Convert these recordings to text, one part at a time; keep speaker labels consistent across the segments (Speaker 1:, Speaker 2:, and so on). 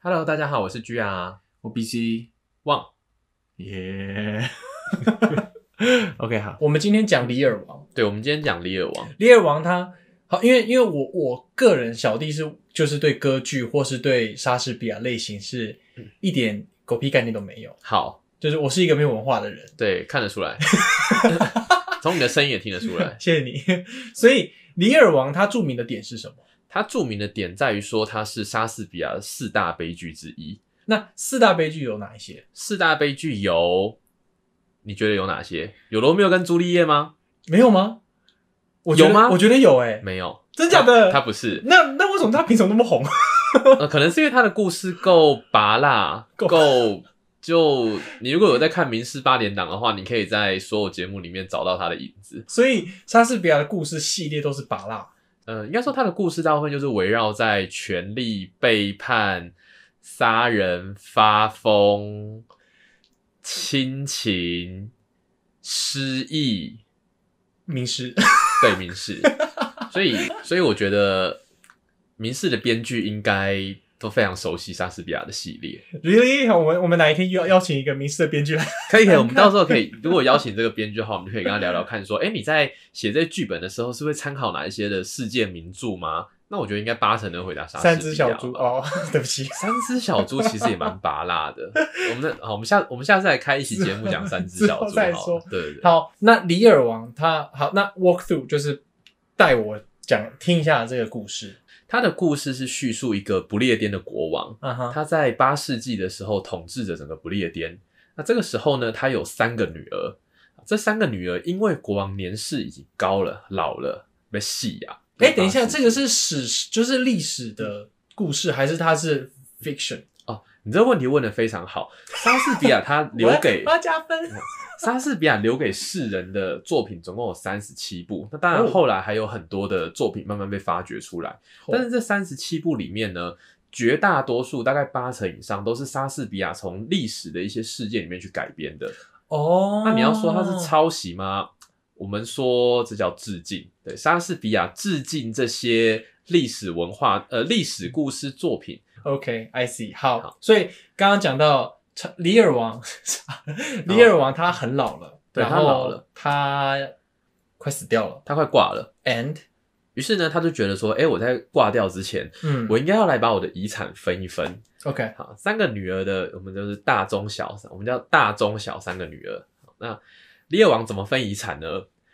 Speaker 1: Hello，大家好，我是 G R
Speaker 2: 我 B C
Speaker 1: 旺。
Speaker 2: 耶，OK 好，
Speaker 3: 我们今天讲李尔王，
Speaker 1: 对，我们今天讲李尔王，
Speaker 3: 李尔王他好，因为因为我我个人小弟是就是对歌剧或是对莎士比亚类型是一点狗屁概念都没有，
Speaker 1: 好，
Speaker 3: 就是我是一个没有文化的人。
Speaker 1: 对，看得出 来，从你的声音也听得出来。
Speaker 3: 谢谢你。 所以李尔王他著名的点是什么？
Speaker 1: 它著名的点在于说它是莎士比亚四大悲剧之一。
Speaker 3: 那四大悲剧有哪一些？
Speaker 1: 四大悲剧有，你觉得有哪些？有罗密欧跟朱丽叶吗？
Speaker 3: 没有吗？我觉得
Speaker 1: 有吗
Speaker 3: 我觉得有哎、
Speaker 1: 没有，
Speaker 3: 真假的？，
Speaker 1: 它它不是
Speaker 3: 那那为什么他凭什么那么红？
Speaker 1: 呃，可能是因为它的故事够拔辣，
Speaker 3: 够
Speaker 1: 够。就你如果有在看《民事八点档》的话，你可以在所有节目里面找到它的影子。
Speaker 3: 所以莎士比亚的故事系列都是拔蜡，
Speaker 1: 呃，应该说他的故事大部分就是围绕在权力、背叛、杀人、发疯、亲情、失忆、
Speaker 3: 名师
Speaker 1: 对民事，所以所以我觉得民事的编剧应该都非常熟悉莎士比亚的系列。
Speaker 3: really，我们我们哪一天邀邀请一个名师的编剧来？
Speaker 1: 可以，可以，我们到时候可以，如果邀请这个编剧的话，我们就可以跟他聊聊看，说，哎、你在写这剧本的时候是会参考哪一些的世界名著吗？那我觉得应该八成能回答莎士比亚
Speaker 3: 三
Speaker 1: 吧。
Speaker 3: 只小猪哦， 对不起，
Speaker 1: 三只小猪其实也蛮拔辣的。我们的好，我们下我们下次来开一期节目讲三只小
Speaker 3: 之后
Speaker 1: 猪
Speaker 3: 再
Speaker 1: 好
Speaker 3: 说
Speaker 1: 了，对对对，
Speaker 3: 好，那李尔王他好，那 walk through 就是带我讲听一下这个故事。
Speaker 1: 他的故事是叙述一个不列颠的国王，
Speaker 3: 啊哈，
Speaker 1: 他在八世纪的时候统治着整个不列颠。那这个时候呢，他有三个女儿，这三个女儿因为国王年事已经高了，老了，被戏呀。
Speaker 3: 哎、等一下，
Speaker 1: 八世纪
Speaker 3: 这个是史，就是历史的故事，还是它是 fiction？
Speaker 1: 哦，你这个问题问的非常好。莎士比亚他留给
Speaker 3: 我要加分。
Speaker 1: 莎士比亚留给世人的作品总共有三十七部，那当然
Speaker 3: 哦
Speaker 1: 后来还有很多的作品慢慢被发掘出来。
Speaker 3: 哦
Speaker 1: 但是这三十七部里面呢，绝大多数大概八成以上都是莎士比亚从历史的一些事件里面去改编的。
Speaker 3: 哦，
Speaker 1: 啊那你要说它是抄袭吗？我们说这叫致敬，对，莎士比亚致敬这些历史文化呃历史故事作品。
Speaker 3: OK，I、see 好。
Speaker 1: 好
Speaker 3: 所以刚刚讲到李尔王， 李尔王他很老了，
Speaker 1: 对
Speaker 3: 然
Speaker 1: 他
Speaker 3: 后
Speaker 1: 老了，
Speaker 3: 他快死掉了。
Speaker 1: 他快挂了，
Speaker 3: And
Speaker 1: 于是呢，他就觉得说，哎、我在挂掉之前，
Speaker 3: 嗯
Speaker 1: 我应该要来把我的遗产分一分。
Speaker 3: OK
Speaker 1: 好，三个女儿的，我们就是大中小，我们叫大中小三个女儿。好那李尔王怎么分遗产呢？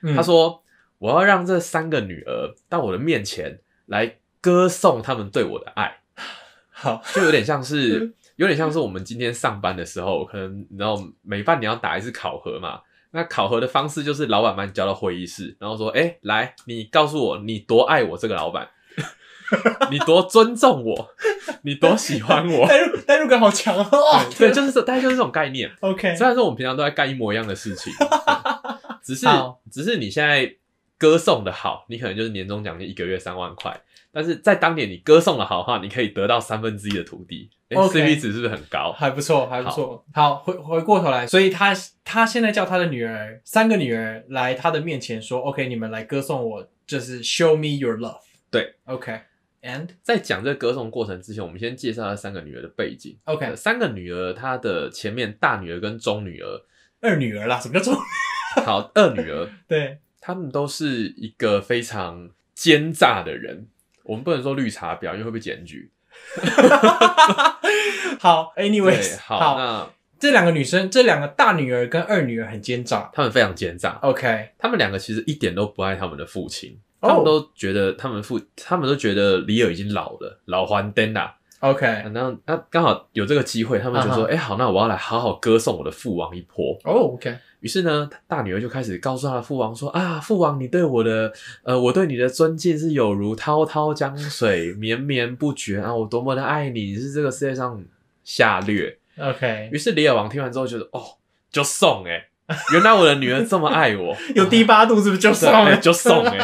Speaker 3: 嗯
Speaker 1: 他说：“我要让这三个女儿到我的面前来歌颂他们对我的爱，
Speaker 3: 好，
Speaker 1: 就有点像是，有点像是我们今天上班的时候，可能你知道每半年要打一次考核嘛。那考核的方式就是老板把你叫到会议室，然后说：‘哎、来，你告诉我你多爱我这个老板，你多尊重我，你多喜欢我。’”
Speaker 3: 代入代入感好强哦。 哎
Speaker 1: 对，就是这，大概就是这种概念。
Speaker 3: OK，
Speaker 1: 虽然说我们平常都在干一模一样的事 情，嗯只是
Speaker 3: 好
Speaker 1: 只是你现在歌颂的好，你可能就是年终奖金一个月三万块，但是在当年你歌颂的好的话，你可以得到三分之一的土地、诶
Speaker 3: OK
Speaker 1: c p 值是不是很高？
Speaker 3: 还不错，还不错。好，回回过头来，所以他他现在叫他的女儿，三个女儿来他的面前说：“OK，你们来歌颂我，就是 Show me your love。”
Speaker 1: 对
Speaker 3: ，OK，and
Speaker 1: 在讲这个歌颂过程之前，我们先介绍下三个女儿的背景。
Speaker 3: OK，
Speaker 1: 呃三个女儿，她的前面大女儿跟中女儿，
Speaker 3: 二女儿啦，什么叫做
Speaker 1: 好，二女儿，
Speaker 3: 对
Speaker 1: 她们都是一个非常奸诈的人。我们不能说绿茶婊，因为会被检举。
Speaker 3: 好
Speaker 1: 对，
Speaker 3: ，anyways，
Speaker 1: 好，那
Speaker 3: 这两个女生，这两个大女儿跟二女儿很奸诈。
Speaker 1: 他们非常奸诈，
Speaker 3: OK，
Speaker 1: 他们两个其实一点都不爱他们的父亲，
Speaker 3: 哦
Speaker 1: 他们都觉得他们父，他们都觉得李尔已经老了，老还灯啦、
Speaker 3: OK，
Speaker 1: 然后那刚好有这个机会，他们就说：“
Speaker 3: 啊哈
Speaker 1: 哎、好，那我要来好好歌颂我的父王一波。
Speaker 3: 哦，OK，”
Speaker 1: 于是呢，大女儿就开始告诉她的父王说：“啊，父王，你对我的，呃，我对你的尊敬是有如滔滔江水，绵绵不绝啊，我多么的爱你，你是这个世界上下略。”
Speaker 3: OK，
Speaker 1: 于是李尔王听完之后觉得，哦，就送哎、原来我的女儿这么爱我，
Speaker 3: 有低八度是不是 就上
Speaker 1: 哎
Speaker 3: 了？
Speaker 1: 就送哎、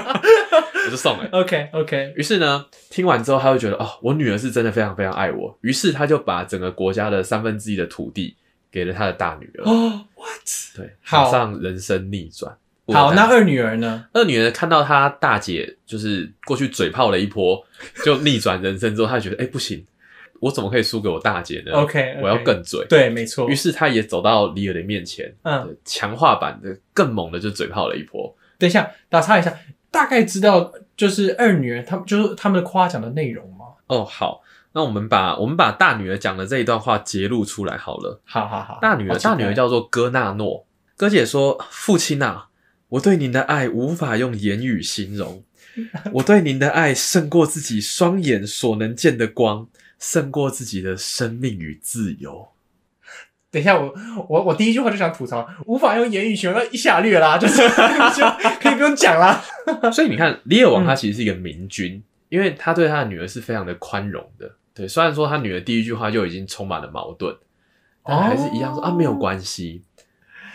Speaker 1: 我就送哎、
Speaker 3: OK，OK，
Speaker 1: 于是呢，听完之后他就觉得，哦，我女儿是真的非常非常爱我。于是他就把整个国家的三分之一的土地给了他的大女儿，
Speaker 3: 哦，what？
Speaker 1: 对，
Speaker 3: 好
Speaker 1: 马上人生逆转。
Speaker 3: 好，那
Speaker 1: 二
Speaker 3: 二女儿呢？
Speaker 1: 二女儿看到她大姐就是过去嘴炮了一波，就逆转人生之后，她觉得，哎、不行，我怎么可以输给我大姐呢
Speaker 3: OK，
Speaker 1: 啊我要更嘴。
Speaker 3: 对，没错
Speaker 1: 于。是他也走到里尔的面前，
Speaker 3: 嗯，
Speaker 1: 强化版的更猛的就嘴炮了一波。
Speaker 3: 等一下，打岔一下，大概知道就是二女儿他们就是他们的夸奖的内容吗？
Speaker 1: 哦，好，那我们把我们把大女儿讲的这一段话截录出来好了。
Speaker 3: 好好好，
Speaker 1: 大女儿，
Speaker 3: 好期待
Speaker 1: 大女儿叫做戈纳诺。戈姐说：“父亲啊，我对您的爱无法用言语形容，我对您的爱胜过自己双眼所能见的光，胜过自己的生命与自由。
Speaker 3: 等一下，我我我第一句话就想吐槽，无法用言语形容，一下略啦，就是 就可以不用讲啦。
Speaker 1: 啊所以你看，李
Speaker 3: 嗯
Speaker 1: 尔王他其实是一个明君，因为他对他的女儿是非常的宽容的。对，虽然说他女儿第一句话就已经充满了矛盾，但还是一样说、
Speaker 3: 哦
Speaker 1: 啊，没有关系。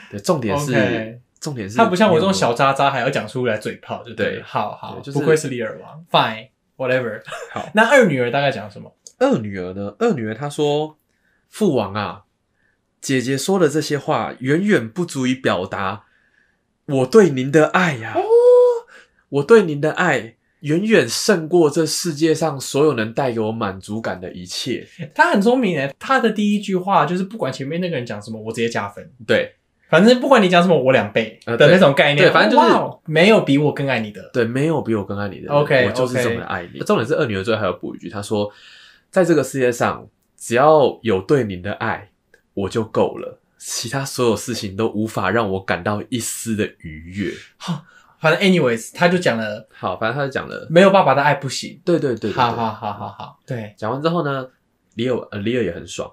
Speaker 1: 对，重点是
Speaker 3: OK
Speaker 1: 重点是
Speaker 3: 他不像我这种
Speaker 1: 没有
Speaker 3: 小渣渣，还要讲出来嘴炮，对不对
Speaker 1: 对
Speaker 3: 了？好好，
Speaker 1: 对就是
Speaker 3: 不愧是李尔王，Fine whatever。
Speaker 1: 好
Speaker 3: 那二女儿大概讲什么？
Speaker 1: 二女儿呢？二女儿她说：“父王啊，姐姐说的这些话远远不足以表达我对您的爱呀、
Speaker 3: 哦
Speaker 1: 我对您的爱远远胜过这世界上所有能带给我满足感的一切。
Speaker 3: 她很聪明诶，她的第一句话就是不管前面那个人讲什么，我直接加分，
Speaker 1: 对
Speaker 3: 反正不管你讲什么，我两倍
Speaker 1: 呃
Speaker 3: 的
Speaker 1: 对
Speaker 3: 那种概念。
Speaker 1: 对反正就是
Speaker 3: 哇哦没有比我更爱你的。
Speaker 1: 对，没有比我更爱你的人
Speaker 3: OK，
Speaker 1: 我就是这么爱你。重点是二女儿最后还有补一句，她说：在这个世界上，只要有对您的爱，我就够了。”其他所有事情都无法让我感到一丝的愉悦。
Speaker 3: 反正 anyways，她就讲了，
Speaker 1: 好，反正他就讲了，
Speaker 3: 没有爸爸的爱不行。
Speaker 1: 对对对对对
Speaker 3: 好好好好好，对，
Speaker 1: 讲完之后呢，里尔呃里尔也很爽。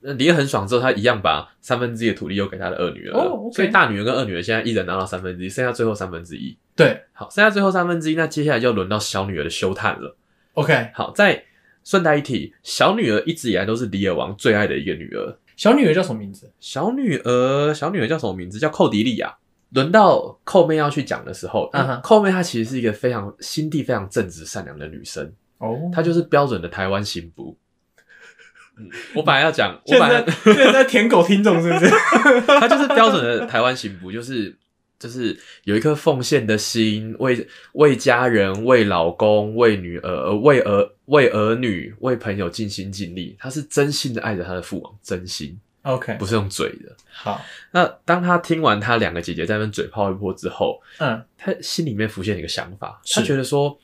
Speaker 1: 那里尔很爽之后，他一样把三分之一的土地又给他的二女儿了。
Speaker 3: 哦，OK
Speaker 1: 所以大女儿跟二女儿现在一人拿到三分之一，剩下最后三分之一。
Speaker 3: 对
Speaker 1: 好，剩下最后三分之一，那接下来就轮到小女儿的休探了。
Speaker 3: ，OK。
Speaker 1: 好，再顺带一提，小女儿一直以来都是里尔王最爱的一个女儿。
Speaker 3: 小女儿叫什么名字？
Speaker 1: 小女儿，小女儿叫什么名字？叫寇迪利亚。轮到寇妹要去讲的时候，
Speaker 3: 嗯哼
Speaker 1: 寇妹她其实是一个非常心地非常正直善良的女生。
Speaker 3: 哦
Speaker 1: 他就是标准的台湾刑部。嗯我本来要讲，我
Speaker 3: 现
Speaker 1: 本
Speaker 3: 在
Speaker 1: 来
Speaker 3: 现在在舔狗听众 是不是？
Speaker 1: 他就是标准的台湾刑部，就是就是有一颗奉献的心，为为家人、为老公、为女儿、为儿、为儿女、为朋友尽心尽力。他是真心的爱着他的父王，真心
Speaker 3: OK，
Speaker 1: 不是用嘴的。
Speaker 3: 好，
Speaker 1: 那当他听完他两个姐姐在那边嘴炮一波之后，
Speaker 3: 嗯，
Speaker 1: 他心里面浮现一个想法，
Speaker 3: 是
Speaker 1: 他觉得说，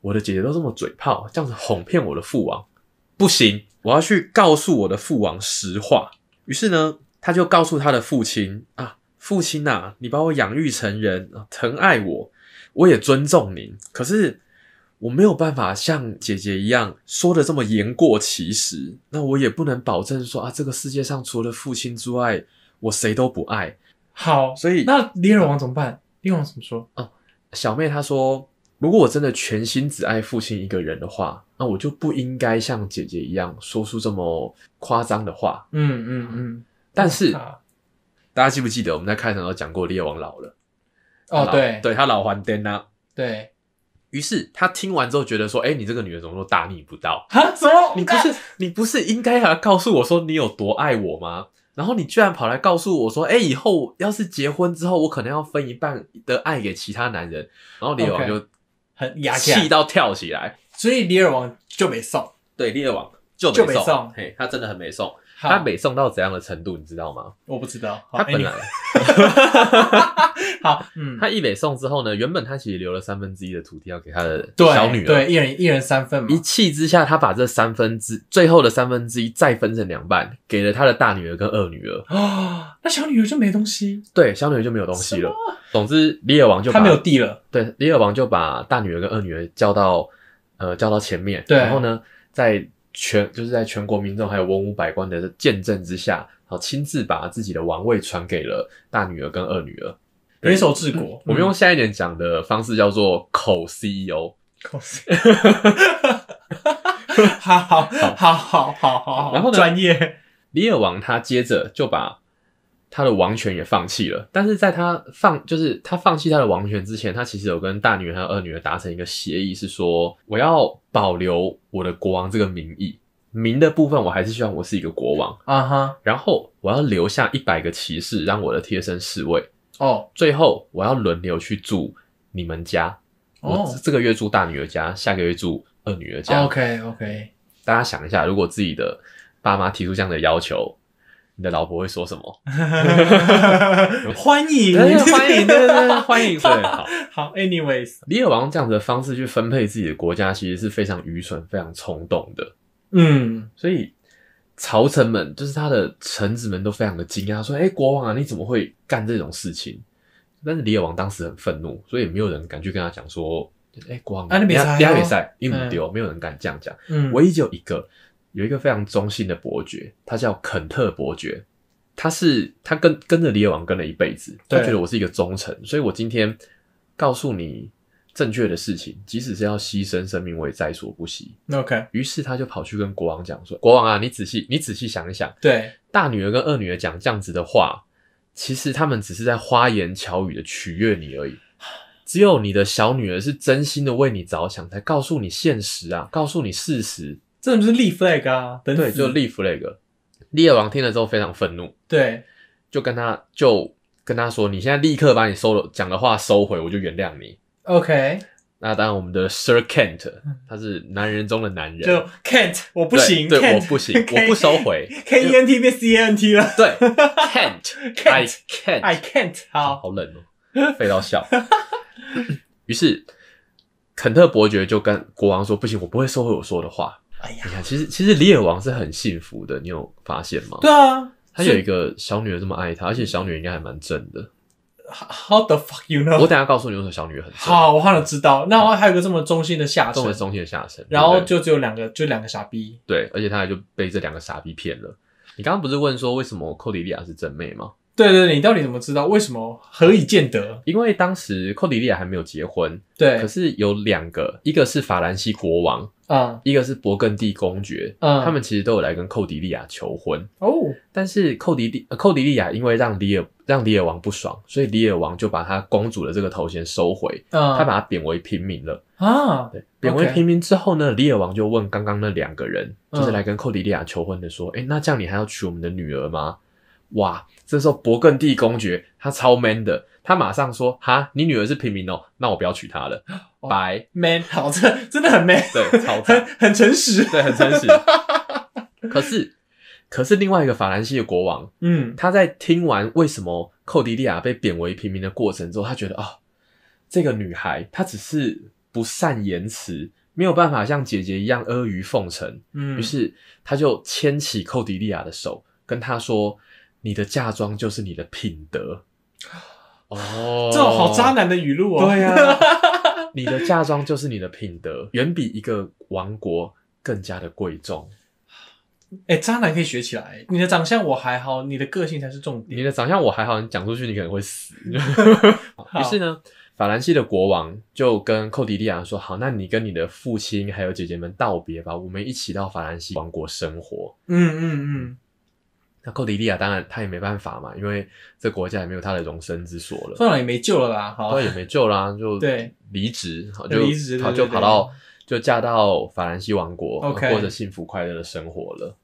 Speaker 1: 我的姐姐都这么嘴炮，这样子哄骗我的父王，不行，我要去告诉我的父王实话。于是呢，他就告诉他的父亲啊，父亲呐、你把我养育成人，啊疼爱我，我也尊重您，可是。我没有办法像姐姐一样说的这么言过其实，那我也不能保证说啊，这个世界上除了父亲之外，我谁都不爱。
Speaker 3: 好。
Speaker 1: 所以
Speaker 3: 那李尔王怎么办？李尔王怎么说？
Speaker 1: 小妹她说：“如果我真的全心只爱父亲一个人的话，那我就不应该像姐姐一样说出这么夸张的话。
Speaker 3: 嗯嗯嗯。
Speaker 1: 但是
Speaker 3: 啊
Speaker 1: 大家记不记得我们在开场有讲过猎王老了？
Speaker 3: 哦，
Speaker 1: 老
Speaker 3: 对
Speaker 1: 对他老还颠呐、
Speaker 3: 对，
Speaker 1: 于是他听完之后觉得说：‘哎、你这个女人怎么都大逆不道？
Speaker 3: 哈，什么？
Speaker 1: 你不是你不是应该要告诉我说你有多爱我吗？’然后你居然跑来告诉我说：‘哎、以后要是结婚之后，我可能要分一半的爱给其他男人。’然后猎王
Speaker 3: OK
Speaker 1: 就
Speaker 3: 很牙
Speaker 1: 气
Speaker 3: 起来，
Speaker 1: 到跳起来。”
Speaker 3: 所以李尔王就被送。
Speaker 1: 对，猎网就
Speaker 3: 就
Speaker 1: 没
Speaker 3: 没送
Speaker 1: 嘿，他真的很没送，
Speaker 3: 好
Speaker 1: 他没送到怎样的程度，你知道吗？
Speaker 3: 我不知道，好哎
Speaker 1: 他本
Speaker 3: anyway
Speaker 1: 来
Speaker 3: 好，嗯，
Speaker 1: 他一没送之后呢，原本他其实留了三分之一的土地要给他的
Speaker 3: 对
Speaker 1: 小女儿，
Speaker 3: 对，一人一人三份嘛
Speaker 1: 一。气之下，他把这三分之最后的三分之一再分成两半，给了他的大女儿跟二女儿，
Speaker 3: 啊，那小女儿就没东西，
Speaker 1: 对，小女儿就没有东西了。总之，李尔王就把
Speaker 3: 她没有地了。
Speaker 1: 对，李尔王就把大女儿跟二女儿叫到呃叫到前面，
Speaker 3: 对
Speaker 1: 然后呢，在全就是在全国民众还有文武百官的见证之下，好亲自把自己的王位传给了大女儿跟二女儿。对嗯
Speaker 3: 人手治国，嗯
Speaker 1: 我们用现在一点讲的方式叫做口 E CEO，、
Speaker 3: 口水。 好好好好好好，
Speaker 1: 然后呢
Speaker 3: 专业
Speaker 1: 李尔王他接着就把他的王权也放弃了，但是在他放就是他放弃他的王权之前，他其实有跟大女儿还有二女儿达成一个协议，是说我要保留我的国王这个名义，名的部分我还是希望我是一个国王，
Speaker 3: 啊哈
Speaker 1: 然后我要留下一百个骑士让我的贴身侍卫，
Speaker 3: 哦
Speaker 1: 最后我要轮流去住你们家，我
Speaker 3: 哦哦
Speaker 1: 这个月住大女儿家，下个月住二女儿家。
Speaker 3: ，OK OK，
Speaker 1: 大家想一下，如果自己的爸妈提出这样的要求，你的老婆会说什么？
Speaker 3: 欢迎，
Speaker 1: 对欢迎，对对对，欢迎，对，好。
Speaker 3: 好，anyways，
Speaker 1: 李尔王这样子的方式去分配自己的国家，其实是非常愚蠢、非常冲动的。
Speaker 3: 嗯，
Speaker 1: 所以朝臣们，就是他的臣子们，都非常的惊讶，说：“哎、国王啊，你怎么会干这种事情？”但是李尔王当时很愤怒，所以没有人敢去跟他讲说：“哎、国王，
Speaker 3: 啊你不
Speaker 1: 别嗯
Speaker 3: 可以哦
Speaker 1: 别比赛，你不丢。没有人敢这样讲。
Speaker 3: 嗯
Speaker 1: 唯一只有一个，有一个非常忠心的伯爵，他叫肯特伯爵。他是他跟跟着李尔王跟了一辈子，他
Speaker 3: 对
Speaker 1: 觉得我是一个忠臣，所以我今天告诉你正确的事情，即使是要牺牲生命，我也在所不惜。
Speaker 3: OK，
Speaker 1: 于是他就跑去跟国王讲说：“国王啊，你仔细你仔细想一想，
Speaker 3: 对，
Speaker 1: 大女儿跟二女儿讲这样子的话，其实他们只是在花言巧语的取悦你而已。只有你的小女儿是真心的为你着想，才告诉你现实啊，告诉你事实，
Speaker 3: 这不是立 flag 啊，等
Speaker 1: 对，
Speaker 3: 死
Speaker 1: 就立 flag。猎王听了之后非常愤怒，
Speaker 3: 对，
Speaker 1: 就跟他就跟他说：“你现在立刻把你收了讲的话收回，我就原谅你。
Speaker 3: OK，”
Speaker 1: 那当然，我们的 Sir Kent 他是男人中的男人，
Speaker 3: 嗯就 can't，我不
Speaker 1: 对
Speaker 3: 行，
Speaker 1: 对
Speaker 3: can't
Speaker 1: 我不行，我不收回。
Speaker 3: ，K E N T 变 C N T 了
Speaker 1: 对 ，Kent，I
Speaker 3: ，I
Speaker 1: can't，
Speaker 3: can't，好，哎
Speaker 1: 好冷哦，废到笑。于是肯特伯爵就跟国王说：“不行，我不会收回我说的话。”
Speaker 3: 哎呀
Speaker 1: 你，看，其实其实李尔王是很幸福的，你有发现吗？
Speaker 3: 对啊，
Speaker 1: 他有一个小女儿这么爱
Speaker 3: 嗯
Speaker 1: 他，而且小女儿应该还蛮正的。
Speaker 3: How the fuck you
Speaker 1: 我
Speaker 3: know？
Speaker 1: 等一下告诉你为什么小女儿很正，
Speaker 3: 好，我好想知道。那我还有个这么忠心的下
Speaker 1: 中
Speaker 3: 属
Speaker 1: 了，中线下身，
Speaker 3: 然后
Speaker 1: 对不
Speaker 3: 就只有两个，就两个傻逼。
Speaker 1: 对对，而且他还就被这两个傻逼骗了。你刚刚不是问说为什么寇迪利亚是真妹吗？
Speaker 3: 对对对，你到底怎么知道？为什么？何以见得？
Speaker 1: 因为当时寇迪利亚还没有结婚，可
Speaker 3: 对，
Speaker 1: 是有两个，一个是法兰西国王，
Speaker 3: 嗯
Speaker 1: 一个是勃艮第公爵，
Speaker 3: 嗯，
Speaker 1: 他们其实都有来跟寇迪利亚求婚。
Speaker 3: 哦，
Speaker 1: 但是寇迪利、呃寇迪利亚因为让里尔让里尔王不爽，所以里尔王就把他公主的这个头衔收回，
Speaker 3: 嗯，
Speaker 1: 他把她贬为平民了。
Speaker 3: 啊，
Speaker 1: 对，贬为
Speaker 3: OK
Speaker 1: 平民之后呢，里尔王就问刚刚那两个人，
Speaker 3: 嗯
Speaker 1: 就是来跟寇迪利亚求婚的，说：“哎、那这样你还要娶我们的女儿吗？”哇，这时候勃艮第公爵他超 man 的，他马上说：“哈，你女儿是平民哦，那我不要娶她了，
Speaker 3: 哦
Speaker 1: 拜。
Speaker 3: man，好，这真的很 man，
Speaker 1: 对，超
Speaker 3: 很
Speaker 1: 惨，
Speaker 3: 很诚实。
Speaker 1: 对，很 真实。可是，可是另外一个法兰西的国王，
Speaker 3: 嗯，
Speaker 1: 他在听完为什么寇迪利亚被贬为平民的过程之后，他觉得啊、这个女孩她只是不善言辞，没有办法像姐姐一样阿谀奉承，
Speaker 3: 嗯
Speaker 1: 于是他就牵起寇迪利亚的手，跟她说：“你的嫁妆就是你的品德。”哦，
Speaker 3: 这种好渣。男的语录哦。
Speaker 1: 对 啊呀、你的嫁妆就是你的品德，远比一个王国更加的贵重。
Speaker 3: 哎，渣男可以学起来。你的长相我还好，你的个性才是重
Speaker 1: 你
Speaker 3: 点。
Speaker 1: 的长相我还好，你讲出去你可能会 死。
Speaker 3: 好
Speaker 1: 于是呢，法兰西的国王就跟寇迪利亚说：“好，那你跟你的父亲还有姐姐们道别吧，我们一起到法兰西王国生活。
Speaker 3: 嗯嗯嗯，”
Speaker 1: 那寇迪利亚当然他也没办法嘛，因为这国家也没有他的容身之所了，
Speaker 3: 算了，也没救了啦。好
Speaker 1: 对，，也没救啦，就
Speaker 3: 对
Speaker 1: 离职，好
Speaker 3: 对
Speaker 1: 就
Speaker 3: 离职对
Speaker 1: 好
Speaker 3: 对
Speaker 1: 就
Speaker 3: 对
Speaker 1: 跑到就嫁到法兰西王国
Speaker 3: OK
Speaker 1: 过着幸福快乐的生活了。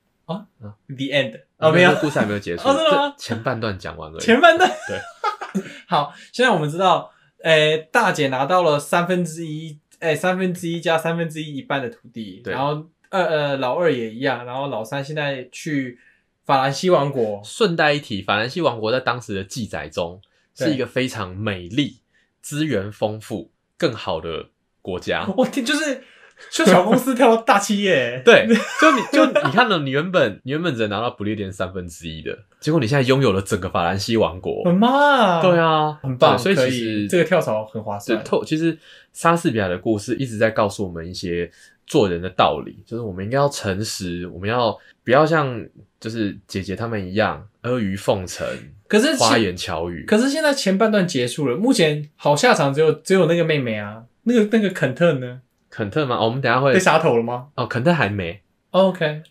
Speaker 3: ，the end。哦，没有
Speaker 1: 这，故事还没有结束，
Speaker 3: 哦真的吗
Speaker 1: 这前半段讲完而已。
Speaker 3: 前半段。
Speaker 1: 对，
Speaker 3: 好，现在我们知道，诶、大姐拿到了三分之一，诶，三分之一加三分之一一半的土地，
Speaker 1: 对
Speaker 3: 然后二呃老二也一样，然后老三现在去法兰西王国，
Speaker 1: 顺带一提，法兰西王国在当时的记载中
Speaker 3: 对
Speaker 1: 是一个非常美丽、资源丰富、更好的国 家。，
Speaker 3: 我天，就是就小公司跳到大企业
Speaker 1: 对，就你就你看了，哦你原本你原本只能拿到不列颠三分之一的，结果你现在拥有了整个法兰西王国。
Speaker 3: 我的妈，
Speaker 1: 对，啊，很
Speaker 3: 很棒，
Speaker 1: 所以
Speaker 3: 可
Speaker 1: 其实
Speaker 3: 这个跳槽很划
Speaker 1: 对
Speaker 3: 算，
Speaker 1: 透，其实莎士比亚的故事一直在告诉我们一些做人的道理，就是我们应该要诚实，我们要不要像就是姐姐他们一样阿谀奉承、
Speaker 3: 可是
Speaker 1: 花
Speaker 3: 现
Speaker 1: 言巧语。
Speaker 3: 可是现在前半段结束了，目前好下场只有只有那个妹妹啊，那个那个肯特呢？
Speaker 1: 肯特吗？哦我们等一下会
Speaker 3: 被杀头了吗
Speaker 1: 哦，肯特还没。
Speaker 3: 哦？OK，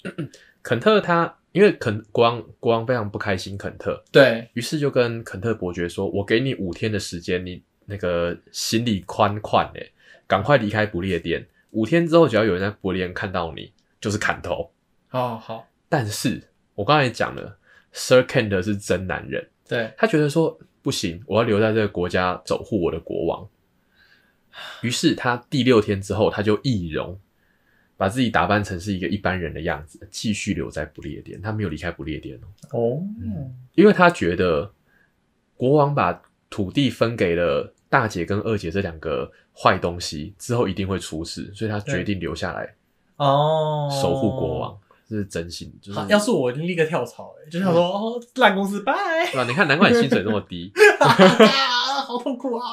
Speaker 1: 肯特他因为肯国王国王非常不开心肯特，
Speaker 3: 对，
Speaker 1: 于是就跟肯特伯爵说：“我给你五天的时间，你那个行李宽宽诶，赶快离开不列颠。五天之后，只要有人在不列颠看到你，就是砍头。
Speaker 3: 哦好，”
Speaker 1: 但是我刚才也讲了，Sir Kent 是真男人，
Speaker 3: 对，
Speaker 1: 他觉得说不行，我要留在这个国家守护我的国王。于是他第六天之后，他就易容，把自己打扮成是一个一般人的样子，继续留在不列颠。他没有离开不列颠哦，
Speaker 3: 哦，
Speaker 1: 因为他觉得国王把土地分给了大姐跟二姐这两个坏东西之后，一定会出事，所以他决定留下来
Speaker 3: 哦，
Speaker 1: 守护国王。。这是真心，就是
Speaker 3: 好，要是我一定立刻跳槽、欸，就想说、哦，烂公 司拜，
Speaker 1: 对啊吧？你看，难怪你薪水那么低。
Speaker 3: 啊，好痛苦啊！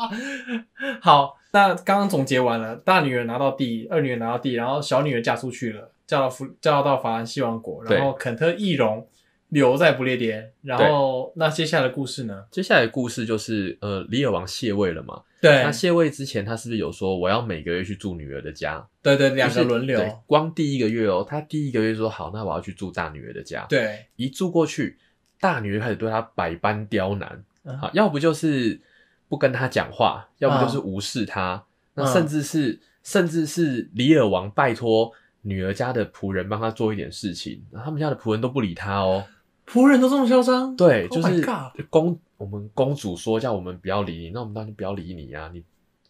Speaker 3: 好，那刚刚总结完了，大女儿拿到第，二女儿拿到第，然后小女儿嫁出去了，嫁到弗，嫁到法兰西王国，
Speaker 1: 对
Speaker 3: 然后肯特易容留在不列颠，然后那接下来的故事呢？
Speaker 1: 接下来的故事就是，呃，里尔王卸位了嘛？
Speaker 3: 对
Speaker 1: 那，卸位之前，他是不是有说我要每个月去住女儿的家？
Speaker 3: 对对，两
Speaker 1: 就
Speaker 3: 个
Speaker 1: 是
Speaker 3: 轮流，
Speaker 1: 对光第一个月哦，他第一个月说好，那我要去住大女儿的家。，
Speaker 3: 对，
Speaker 1: 一住过去，大女儿开始对他百般刁难，
Speaker 3: 嗯
Speaker 1: 啊，要不就是不跟他讲话，要不就是无视他，那
Speaker 3: 嗯
Speaker 1: 甚至是、甚至是里尔王拜托女儿家的仆人帮他做一点事情，他们家的仆人都不理他哦。
Speaker 3: 仆人都这么嚣张，
Speaker 1: 对，
Speaker 3: Oh
Speaker 1: 就
Speaker 3: my
Speaker 1: 是
Speaker 3: God
Speaker 1: 公我们公主说叫我们不要理你，那我们当然就不要理你啊！你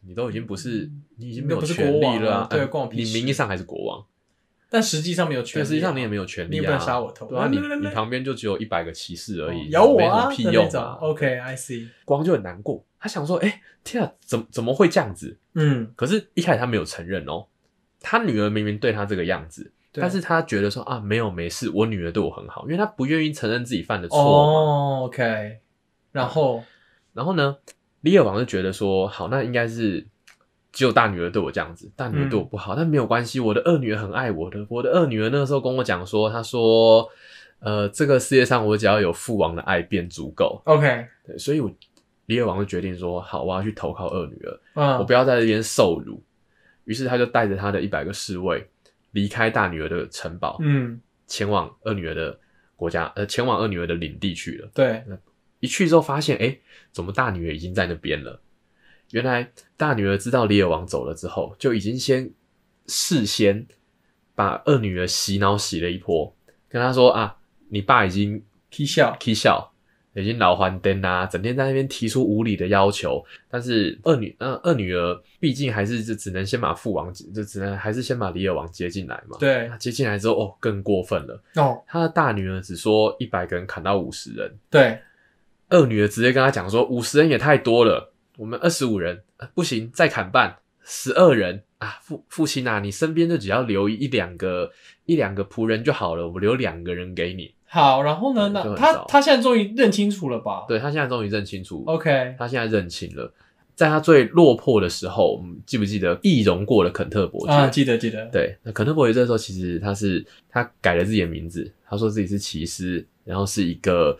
Speaker 1: 你都已经不是
Speaker 3: 嗯
Speaker 1: 你已经没有
Speaker 3: 那不是
Speaker 1: 权
Speaker 3: 国
Speaker 1: 利
Speaker 3: 王
Speaker 1: 了
Speaker 3: 啊
Speaker 1: 啊，
Speaker 3: 对
Speaker 1: 呃
Speaker 3: 关我屁
Speaker 1: 你
Speaker 3: 事
Speaker 1: 名义上还是国王，
Speaker 3: 但实际上没有
Speaker 1: 但
Speaker 3: 权利啊，
Speaker 1: 实际上你也没有权利
Speaker 3: 你也
Speaker 1: 啊，
Speaker 3: 不能杀我头
Speaker 1: 对啊，
Speaker 3: 来来来
Speaker 1: 你
Speaker 3: 来
Speaker 1: 你旁边就只有一百个骑士而已，
Speaker 3: 咬我
Speaker 1: 没什
Speaker 3: 啊
Speaker 1: 么
Speaker 3: 的
Speaker 1: 屁
Speaker 3: 那
Speaker 1: 用
Speaker 3: 种
Speaker 1: 啊。
Speaker 3: OK，I see，
Speaker 1: 国王就很难过，他想说，哎，天啊，怎么怎么会这样子？
Speaker 3: 嗯，
Speaker 1: 可是，一开始他没有承认哦，他女儿明明对他这个样子，
Speaker 3: 对
Speaker 1: 但是他觉得说啊，没有没事，我女儿对我很好，因为他不愿意承认自己犯的错嘛。
Speaker 3: 哦，OK，然后
Speaker 1: 然后呢，李尔王就觉得说，好，那应该是只有大女儿对我这样子，大女儿对我不好，但没有关系，我的二女儿很爱我的。我的二女儿那个时候跟我讲说，她说，呃，这个世界上我只要有父王的爱便足够。
Speaker 3: OK，
Speaker 1: 对，所以我李尔王就决定说，好，我要去投靠二女儿，
Speaker 3: 嗯，
Speaker 1: 我不要在这边受辱。于是他就带着他的一百个侍卫离开大女儿的城堡，
Speaker 3: 嗯，
Speaker 1: 前往二女儿的国家，呃，前往二女儿的领地去了。
Speaker 3: 对，
Speaker 1: 一去之后发现，哎、怎么大女儿已经在那边了？原来大女儿知道李尔王走了之后，就已经先事先把二女儿洗脑洗了一波，跟她说啊，你爸已经
Speaker 3: 踢笑，
Speaker 1: k 笑，已经老还灯啦、整天在那边提出无理的要求。但是二女，呃，二女儿毕竟还是就只能先把父王，就只能还是先把李尔王接进来嘛。
Speaker 3: 对
Speaker 1: 那，接进来之后，哦，更过分了，
Speaker 3: 哦，
Speaker 1: 她的大女儿只说一百个人砍到五十人。
Speaker 3: 对，
Speaker 1: 二女儿直接跟他讲说，五十人也太多了，我们二十五人、呃不行，再砍半，十二人啊，父父亲啊，你身边就只要留一两个一两个仆人就好了，我留两个人给你。
Speaker 3: 好，然后呢？
Speaker 1: 嗯就
Speaker 3: 那
Speaker 1: 很
Speaker 3: 他
Speaker 1: 糟
Speaker 3: 他现在终于认清楚了吧？
Speaker 1: 对他现在终于认清楚
Speaker 3: ，OK，
Speaker 1: 他现在认清了，在他最落魄的时候，嗯记不记得易容过了肯特伯爵？
Speaker 3: 啊，记得记得，
Speaker 1: 对，那肯特伯爵这时候其实他是他改了自己的名字，他说自己是骑士，然后是一个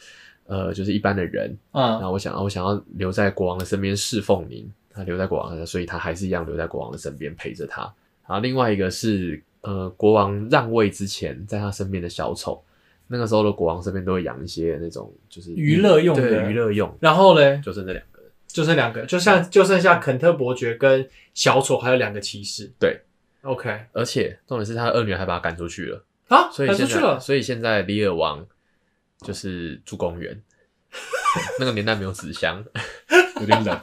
Speaker 1: 呃就是一般的人，然
Speaker 3: 嗯，
Speaker 1: 后我想，我想要留在国王的身边侍奉您。他留在国王，所以他还是一样留在国王的身边陪着他。然后另外一个是，呃，国王让位之前，在他身边的小丑。那个时候的国王身边都会养一些那种就是
Speaker 3: 娱乐用的
Speaker 1: 对娱乐用，
Speaker 3: 然后嘞，
Speaker 1: 就剩这两个人。
Speaker 3: 就剩两个，就剩就剩下肯特伯爵跟小丑，还有两个骑士。
Speaker 1: 对
Speaker 3: ，OK，
Speaker 1: 而且重点是，他的二女儿还把他赶出去了。
Speaker 3: 啊，
Speaker 1: 所以
Speaker 3: 赶
Speaker 1: 现
Speaker 3: 出
Speaker 1: 在，
Speaker 3: 去了，
Speaker 1: 所以现在里尔王就是住公园。 那个年代没有纸 箱，有点冷。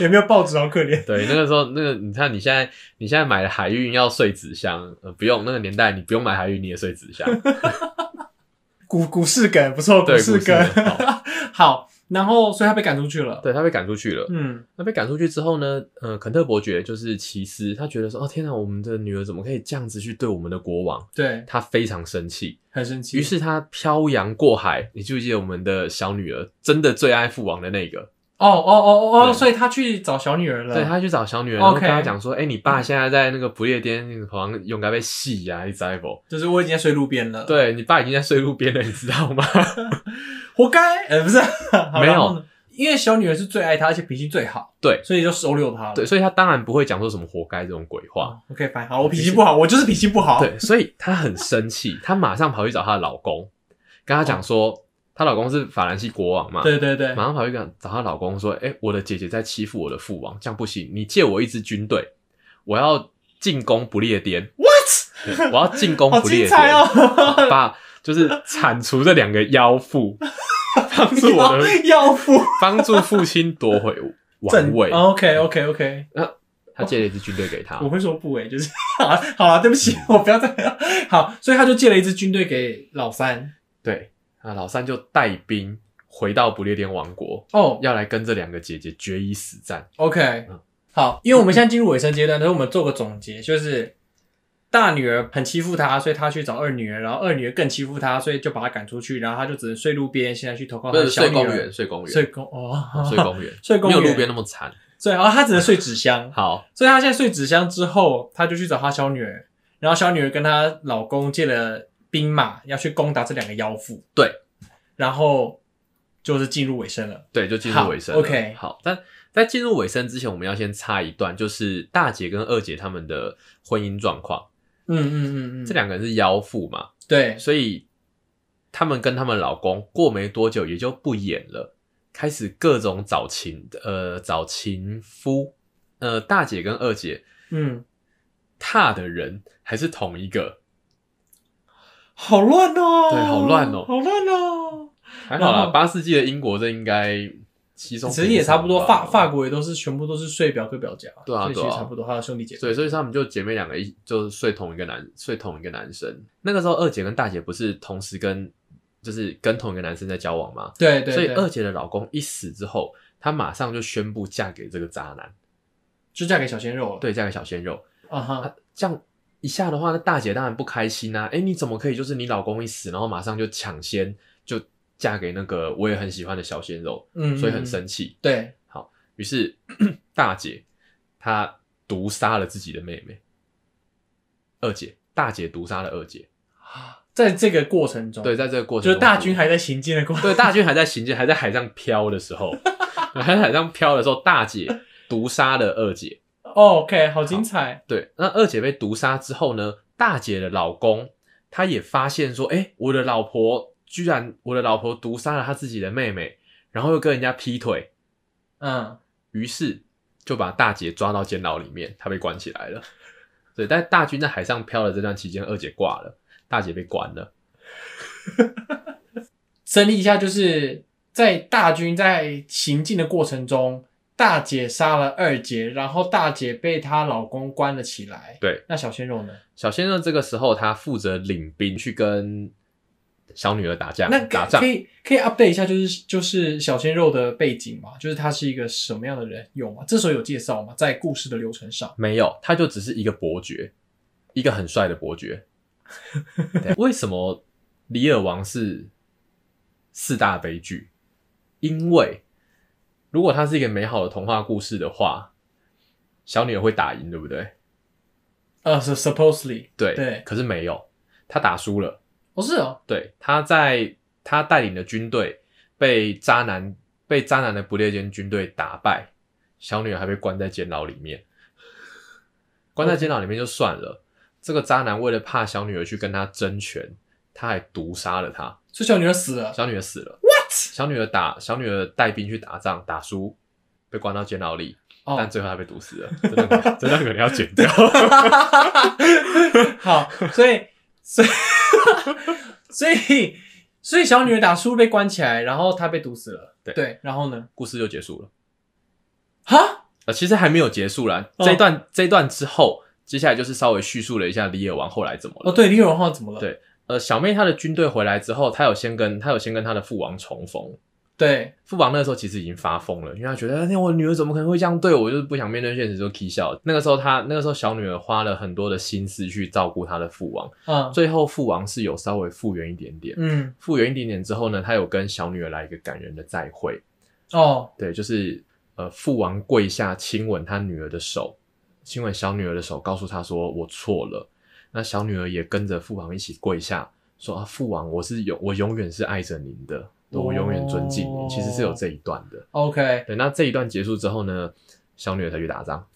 Speaker 3: 也 没有报纸，好可怜。
Speaker 1: 对，那个时候，那个你看，你现在你现在买了海运要睡纸箱，呃，不用那个年代，你不用买海运你也睡纸 箱。
Speaker 3: 股股市梗不错，
Speaker 1: 对
Speaker 3: 市
Speaker 1: 股市
Speaker 3: 梗
Speaker 1: 梗好
Speaker 3: 好。然后，所以他被赶出去了。
Speaker 1: 对他被赶出去了。
Speaker 3: 嗯，
Speaker 1: 那被赶出去之后呢，呃，肯特伯爵就是骑士，他觉得说，哦天哪，我们的女儿怎么可以这样子去对我们的国王？
Speaker 3: 对，
Speaker 1: 他非常生气，
Speaker 3: 很生气。
Speaker 1: 于是他漂洋过海。你记不记得我们的小女儿真的最爱父王的那个？
Speaker 3: 哦，哦哦哦哦，
Speaker 1: 对
Speaker 3: 所以他去找小女儿了。
Speaker 1: 对，他去找小女儿，然后
Speaker 3: OK
Speaker 1: 跟他讲说，哎、你爸现在在那个不列颠，好像应该被戏呀、啊，你知道不？
Speaker 3: 就是我已经在睡路边了。，
Speaker 1: 对你爸已经在睡路边了，你知道吗？
Speaker 3: 活该。呃，不是，好
Speaker 1: 没有，
Speaker 3: 然后呢因为小女儿是最爱他，而且脾气最好，
Speaker 1: 对
Speaker 3: 所以就收留他了。
Speaker 1: 对，所以他当然不会讲说什么“活该”这种鬼话。
Speaker 3: o k 反好，我脾气不好，我就是脾气不好。
Speaker 1: 对，所以她很生气，她马上跑去找她的老公，跟她讲说，她老公是法兰西国王嘛，
Speaker 3: 对对对，
Speaker 1: 马上跑去跟找她老公说，哎、我的姐姐在欺负我的父王，这样不行，你借我一支军队，我要进攻不列颠
Speaker 3: What？
Speaker 1: 对我要进攻
Speaker 3: 好
Speaker 1: 不列
Speaker 3: 精
Speaker 1: 颠，
Speaker 3: 彩哦！
Speaker 1: 把就是铲除这两个妖妇，帮助我的
Speaker 3: 要要付
Speaker 1: 帮助父亲夺回王
Speaker 3: 正
Speaker 1: 位。
Speaker 3: OK OK OK，
Speaker 1: 他他借了一支军队给他
Speaker 3: 我，会说不哎、就是 好了好啊了，对
Speaker 1: 嗯
Speaker 3: 不起，我不要再 好，所以他就借了一支军队给老三
Speaker 1: 对，那老三就带兵回到不列颠王国，
Speaker 3: 哦、
Speaker 1: 要来跟这两个姐姐决一死战。
Speaker 3: o k
Speaker 1: 嗯
Speaker 3: 好，因为我们现在进入尾声阶段，所以我们做个总结，就是大女儿很欺负他，所以他去找二女儿，然后二女儿更欺负他，所以就把他赶出去，然后他就只能睡路边，现在去投靠
Speaker 1: 不
Speaker 3: 他的
Speaker 1: 是
Speaker 3: 小
Speaker 1: 睡
Speaker 3: 女
Speaker 1: 公
Speaker 3: 儿
Speaker 1: 园，。睡公园，
Speaker 3: 睡公哦，
Speaker 1: 睡公 园，
Speaker 3: 睡公
Speaker 1: 没
Speaker 3: 园
Speaker 1: 有路边那么惨。
Speaker 3: 所以然后他只能睡纸箱，
Speaker 1: 好，
Speaker 3: 所以他现在睡纸箱之后，他就去找他小女儿，然后小女儿跟她老公借了兵马，要去攻打这两个妖妇。
Speaker 1: 对，
Speaker 3: 然后就是进入尾声了。
Speaker 1: 对，就进
Speaker 3: 好
Speaker 1: 入尾声了。
Speaker 3: OK
Speaker 1: 好，但在进入尾声之前，我们要先插一段，就是大姐跟二姐她们的婚姻状况。
Speaker 3: 嗯嗯嗯嗯，
Speaker 1: 这两个人是妖妇嘛，
Speaker 3: 对
Speaker 1: 所以她们跟她们老公过没多久也就不演了，开始各种找情呃找情夫。呃，大姐跟二姐
Speaker 3: 嗯，
Speaker 1: 踏的人还是同一个，
Speaker 3: 好乱哦，
Speaker 1: 对好乱哦
Speaker 3: 好乱哦。
Speaker 1: 还好
Speaker 3: 然
Speaker 1: 啦。
Speaker 3: 后
Speaker 1: 八世纪的英国这应该稀松，
Speaker 3: 其实也差不多，法法。国也都是全部都是睡表哥表姐，
Speaker 1: 对啊
Speaker 3: 所以其
Speaker 1: 对
Speaker 3: 实
Speaker 1: 啊
Speaker 3: 差不多，还有兄弟姐妹。
Speaker 1: 对，所以他们就姐妹两个一就是睡同一个男睡同一个男生。那个时候二姐跟大姐不是同时跟就是跟同一个男生在交往吗？
Speaker 3: 对对，
Speaker 1: 所以
Speaker 3: 对
Speaker 1: 二姐的老公一死之后，她马上就宣布嫁给这个渣男，
Speaker 3: 就嫁给小鲜肉了。，
Speaker 1: 对，嫁给小鲜肉。
Speaker 3: 啊哈，
Speaker 1: 这样一下的话，那大姐当然不开心啊！哎，你怎么可以就是你老公一死，然后马上就抢先就嫁给那个我也很喜欢的小鲜肉，
Speaker 3: 嗯，
Speaker 1: 所以很
Speaker 3: 嗯。
Speaker 1: 生气。
Speaker 3: 对，
Speaker 1: 于是 大姐她毒杀了自己的妹妹，二姐大姐毒杀了二姐。
Speaker 3: 在这个过程中，
Speaker 1: 对，，在这个过程
Speaker 3: 就是
Speaker 1: 中
Speaker 3: 大军还在行进的过程，
Speaker 1: 对，大军还在行进，还在海上漂的时候， 还在海上漂的时候，大姐毒杀了二姐。
Speaker 3: 哦 OK，好精彩。
Speaker 1: 对，那二姐被毒杀之后呢，大姐的老公他也发现说，哎、我的老婆居然我的老婆毒杀了她自己的妹妹，然后又跟人家劈腿，
Speaker 3: 嗯，
Speaker 1: 于是就把大姐抓到监牢里面，她被关起来了。对，但大军在海上漂的这段期间，二姐挂了，大姐被关了。
Speaker 3: 整理一下，就是在大军在行进的过程中，大姐杀了二姐，然后大姐被她老公关了起来。
Speaker 1: 对，
Speaker 3: 那小鲜肉呢？
Speaker 1: 小先生这个时候他负责领兵去跟小女儿打架，
Speaker 3: 那
Speaker 1: 打
Speaker 3: 可
Speaker 1: 仗
Speaker 3: 可。以可以 update 一下，就是就是小鲜肉的背景嘛，就是他是一个什么样的人，有吗？这时候有介绍吗？在故事的流程上，
Speaker 1: 没有，他就只是一个伯爵，一个很帅的伯 爵。对为什么李尔王是四大悲剧？因为如果它是一个美好的童话故事的话，小女儿会打赢，对不对？
Speaker 3: 呃，是 supposedly，
Speaker 1: 对，
Speaker 3: 对
Speaker 1: 可是没有，他打输了。
Speaker 3: 不、是哦，
Speaker 1: 对，他在他带领的军队被渣男被渣男的不列颠军队打败，小女儿还被关在监牢里面。关在监牢里面就算了，这个渣男为了怕小女儿去跟他争权，他还毒杀了她。
Speaker 3: 所以小女儿死了。
Speaker 1: 小女儿死了。What？小女儿打小女儿带兵去打仗，打输被关到监牢里，但
Speaker 3: 哦，
Speaker 1: 最后她被毒死了。这段可这段可能要剪 掉。
Speaker 3: 好，所以所以 所以所以小女儿打输被关起来，然后她被毒死了。
Speaker 1: 对
Speaker 3: 然后呢？
Speaker 1: 故事就结束了。
Speaker 3: 哈，
Speaker 1: 呃，其实还没有结束啦。
Speaker 3: 哦
Speaker 1: 这一段、这一段之后，接下来就是稍微叙述了一下李尔王后来怎么了。
Speaker 3: 哦，对，李永浩怎么了？
Speaker 1: 对呃，小妹她的军队回来之后，她有先跟她有先跟她的父王重逢。
Speaker 3: 对
Speaker 1: 父王那时候其实已经发疯了，因为他觉得哎那我女儿怎么可能会这样对我，我就是不想面对现实，就 k 笑。那个时候他那个时候小女儿花了很多的心思去照顾她的父王，
Speaker 3: 嗯
Speaker 1: 最后父王是有稍微复原一点点。
Speaker 3: 嗯
Speaker 1: 复原一点点之后呢，他有跟小女儿来一个感人的再会，
Speaker 3: 哦
Speaker 1: 对，就是呃，父王跪下亲吻他女儿的手，亲吻小女儿的手，告诉她说我错了。那小女儿也跟着父王一起跪下，说啊，父王，我是永我永远是爱着您的，我永远尊敬您。其实是有这一段的。
Speaker 3: ，OK，
Speaker 1: 对，那这一段结束之后呢，小女儿才去打仗。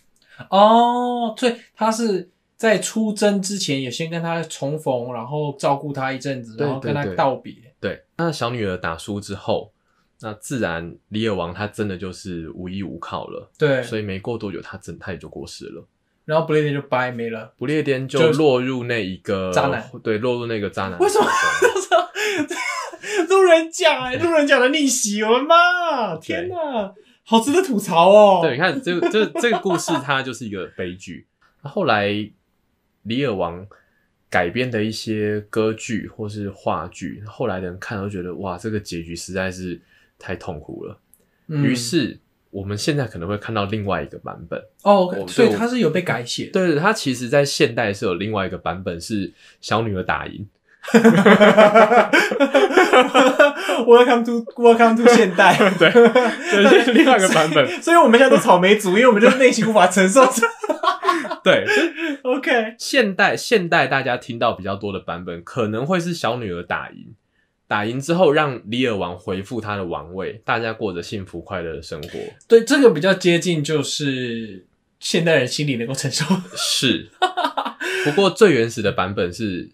Speaker 3: 哦，所以他是在出征之前也先跟他重逢，然后照顾他一阵子，
Speaker 1: 对
Speaker 3: 然后跟他
Speaker 1: 对对
Speaker 3: 道别。
Speaker 1: 对，那小女儿打输之后，那自然李尔王他真的就是无依无靠了，
Speaker 3: 对，
Speaker 1: 所以没过多久他真他也就过世了。
Speaker 3: 然后不列颠就掰没了。
Speaker 1: 不列颠
Speaker 3: 就
Speaker 1: 就落入那一个
Speaker 3: 渣男，
Speaker 1: 对，落入那个渣男。
Speaker 3: 为什么？欸路人甲哎，路人甲的逆袭，我的妈！天哪！好值得吐槽哦。
Speaker 1: 对，你看这个这个这个故事，它就是一个悲剧。那后来李尔王改编的一些歌剧或是话剧，后来的人看都觉得哇，这个结局实在是太痛苦了。
Speaker 3: 嗯，
Speaker 1: 于是我们现在可能会看到另外一个版本。
Speaker 3: 哦
Speaker 1: 我
Speaker 3: ，OK，所以
Speaker 1: 对
Speaker 3: 它是有被改写的。
Speaker 1: 对，它其实在现代是有另外一个版本是小女儿打 赢。
Speaker 3: Welcome to Welcome to 现代，
Speaker 1: 对， 对，是另外一个版本。
Speaker 3: 所以 所以我们现在都草莓族，因为我们就是内心无法承受 这。
Speaker 1: 对，
Speaker 3: OK，
Speaker 1: 现代现代大家听到比较多的版本，可能会是小女儿打赢，打赢之后让李尔王回复他的王位，大家过着幸福快乐的生活。
Speaker 3: 对，这个比较接近就是现代人心里能够承受。
Speaker 1: 是，不过最原始的版本是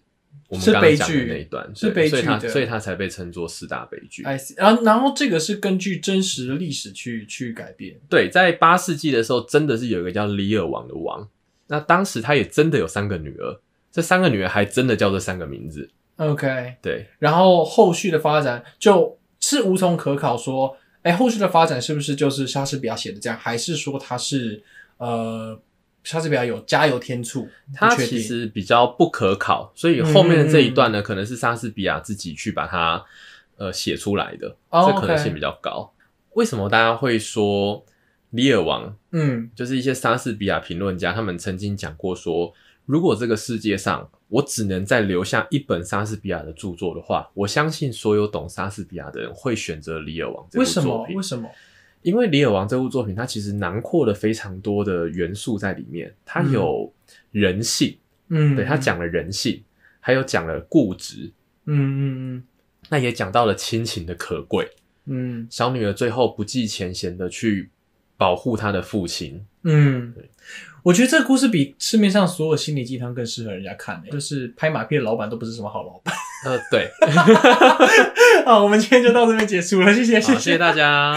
Speaker 1: 我们
Speaker 3: 是
Speaker 1: 刚刚
Speaker 3: 悲
Speaker 1: 讲的
Speaker 3: 剧
Speaker 1: 那一段，
Speaker 3: 是
Speaker 1: 对
Speaker 3: 悲
Speaker 1: 所以
Speaker 3: 剧
Speaker 1: 它
Speaker 3: 的哎
Speaker 1: 所以它才被称作四大悲剧。
Speaker 3: I see，然后然后这个是根据真实的历史去去改变。
Speaker 1: 对，在八世纪的时候，真的是有一个叫李尔王的王，那当时他也真的有三个女儿，这三个女儿还真的叫这三个名字。
Speaker 3: OK，
Speaker 1: 对，
Speaker 3: 然后后续的发展就是无从可考说，哎，后续的发展是不是就是莎士比亚写的这样，还是说他是呃莎士比亚有加油添醋？
Speaker 1: 它
Speaker 3: 不确
Speaker 1: 其
Speaker 3: 定嗯
Speaker 1: 实比较不可考，所以后面的这一段呢，可能是莎士比亚自己去把它呃写出来的，
Speaker 3: 哦
Speaker 1: 这可能性比较高。为什么大家会说李尔王？
Speaker 3: 嗯
Speaker 1: 就是一些莎士比亚评论家，他们曾经讲过说，如果这个世界上我只能再留下一本莎士比亚的著作的话，我相信所有懂莎士比亚的人会选择《李尔王》这部
Speaker 3: 为什
Speaker 1: 作
Speaker 3: 么？
Speaker 1: 品。
Speaker 3: 为什么？
Speaker 1: 因为《李尔王》这部作品，它其实囊括了非常多的元素在里面，它有人性，
Speaker 3: 嗯，
Speaker 1: 对，它，讲了人性，还有讲了固执，
Speaker 3: 嗯嗯
Speaker 1: 那也讲到了亲情的可贵。
Speaker 3: 嗯
Speaker 1: 小女儿最后不计前嫌的去保护她的父亲，
Speaker 3: 嗯
Speaker 1: 对
Speaker 3: 嗯，我觉得这个故事比市面上所有心理鸡汤更适合人家看、欸，就是拍马屁的老板都不是什么好老 板。
Speaker 1: 呃，对，
Speaker 3: 好，我们今天就到这边结束了，谢谢，
Speaker 1: 好，谢谢大家。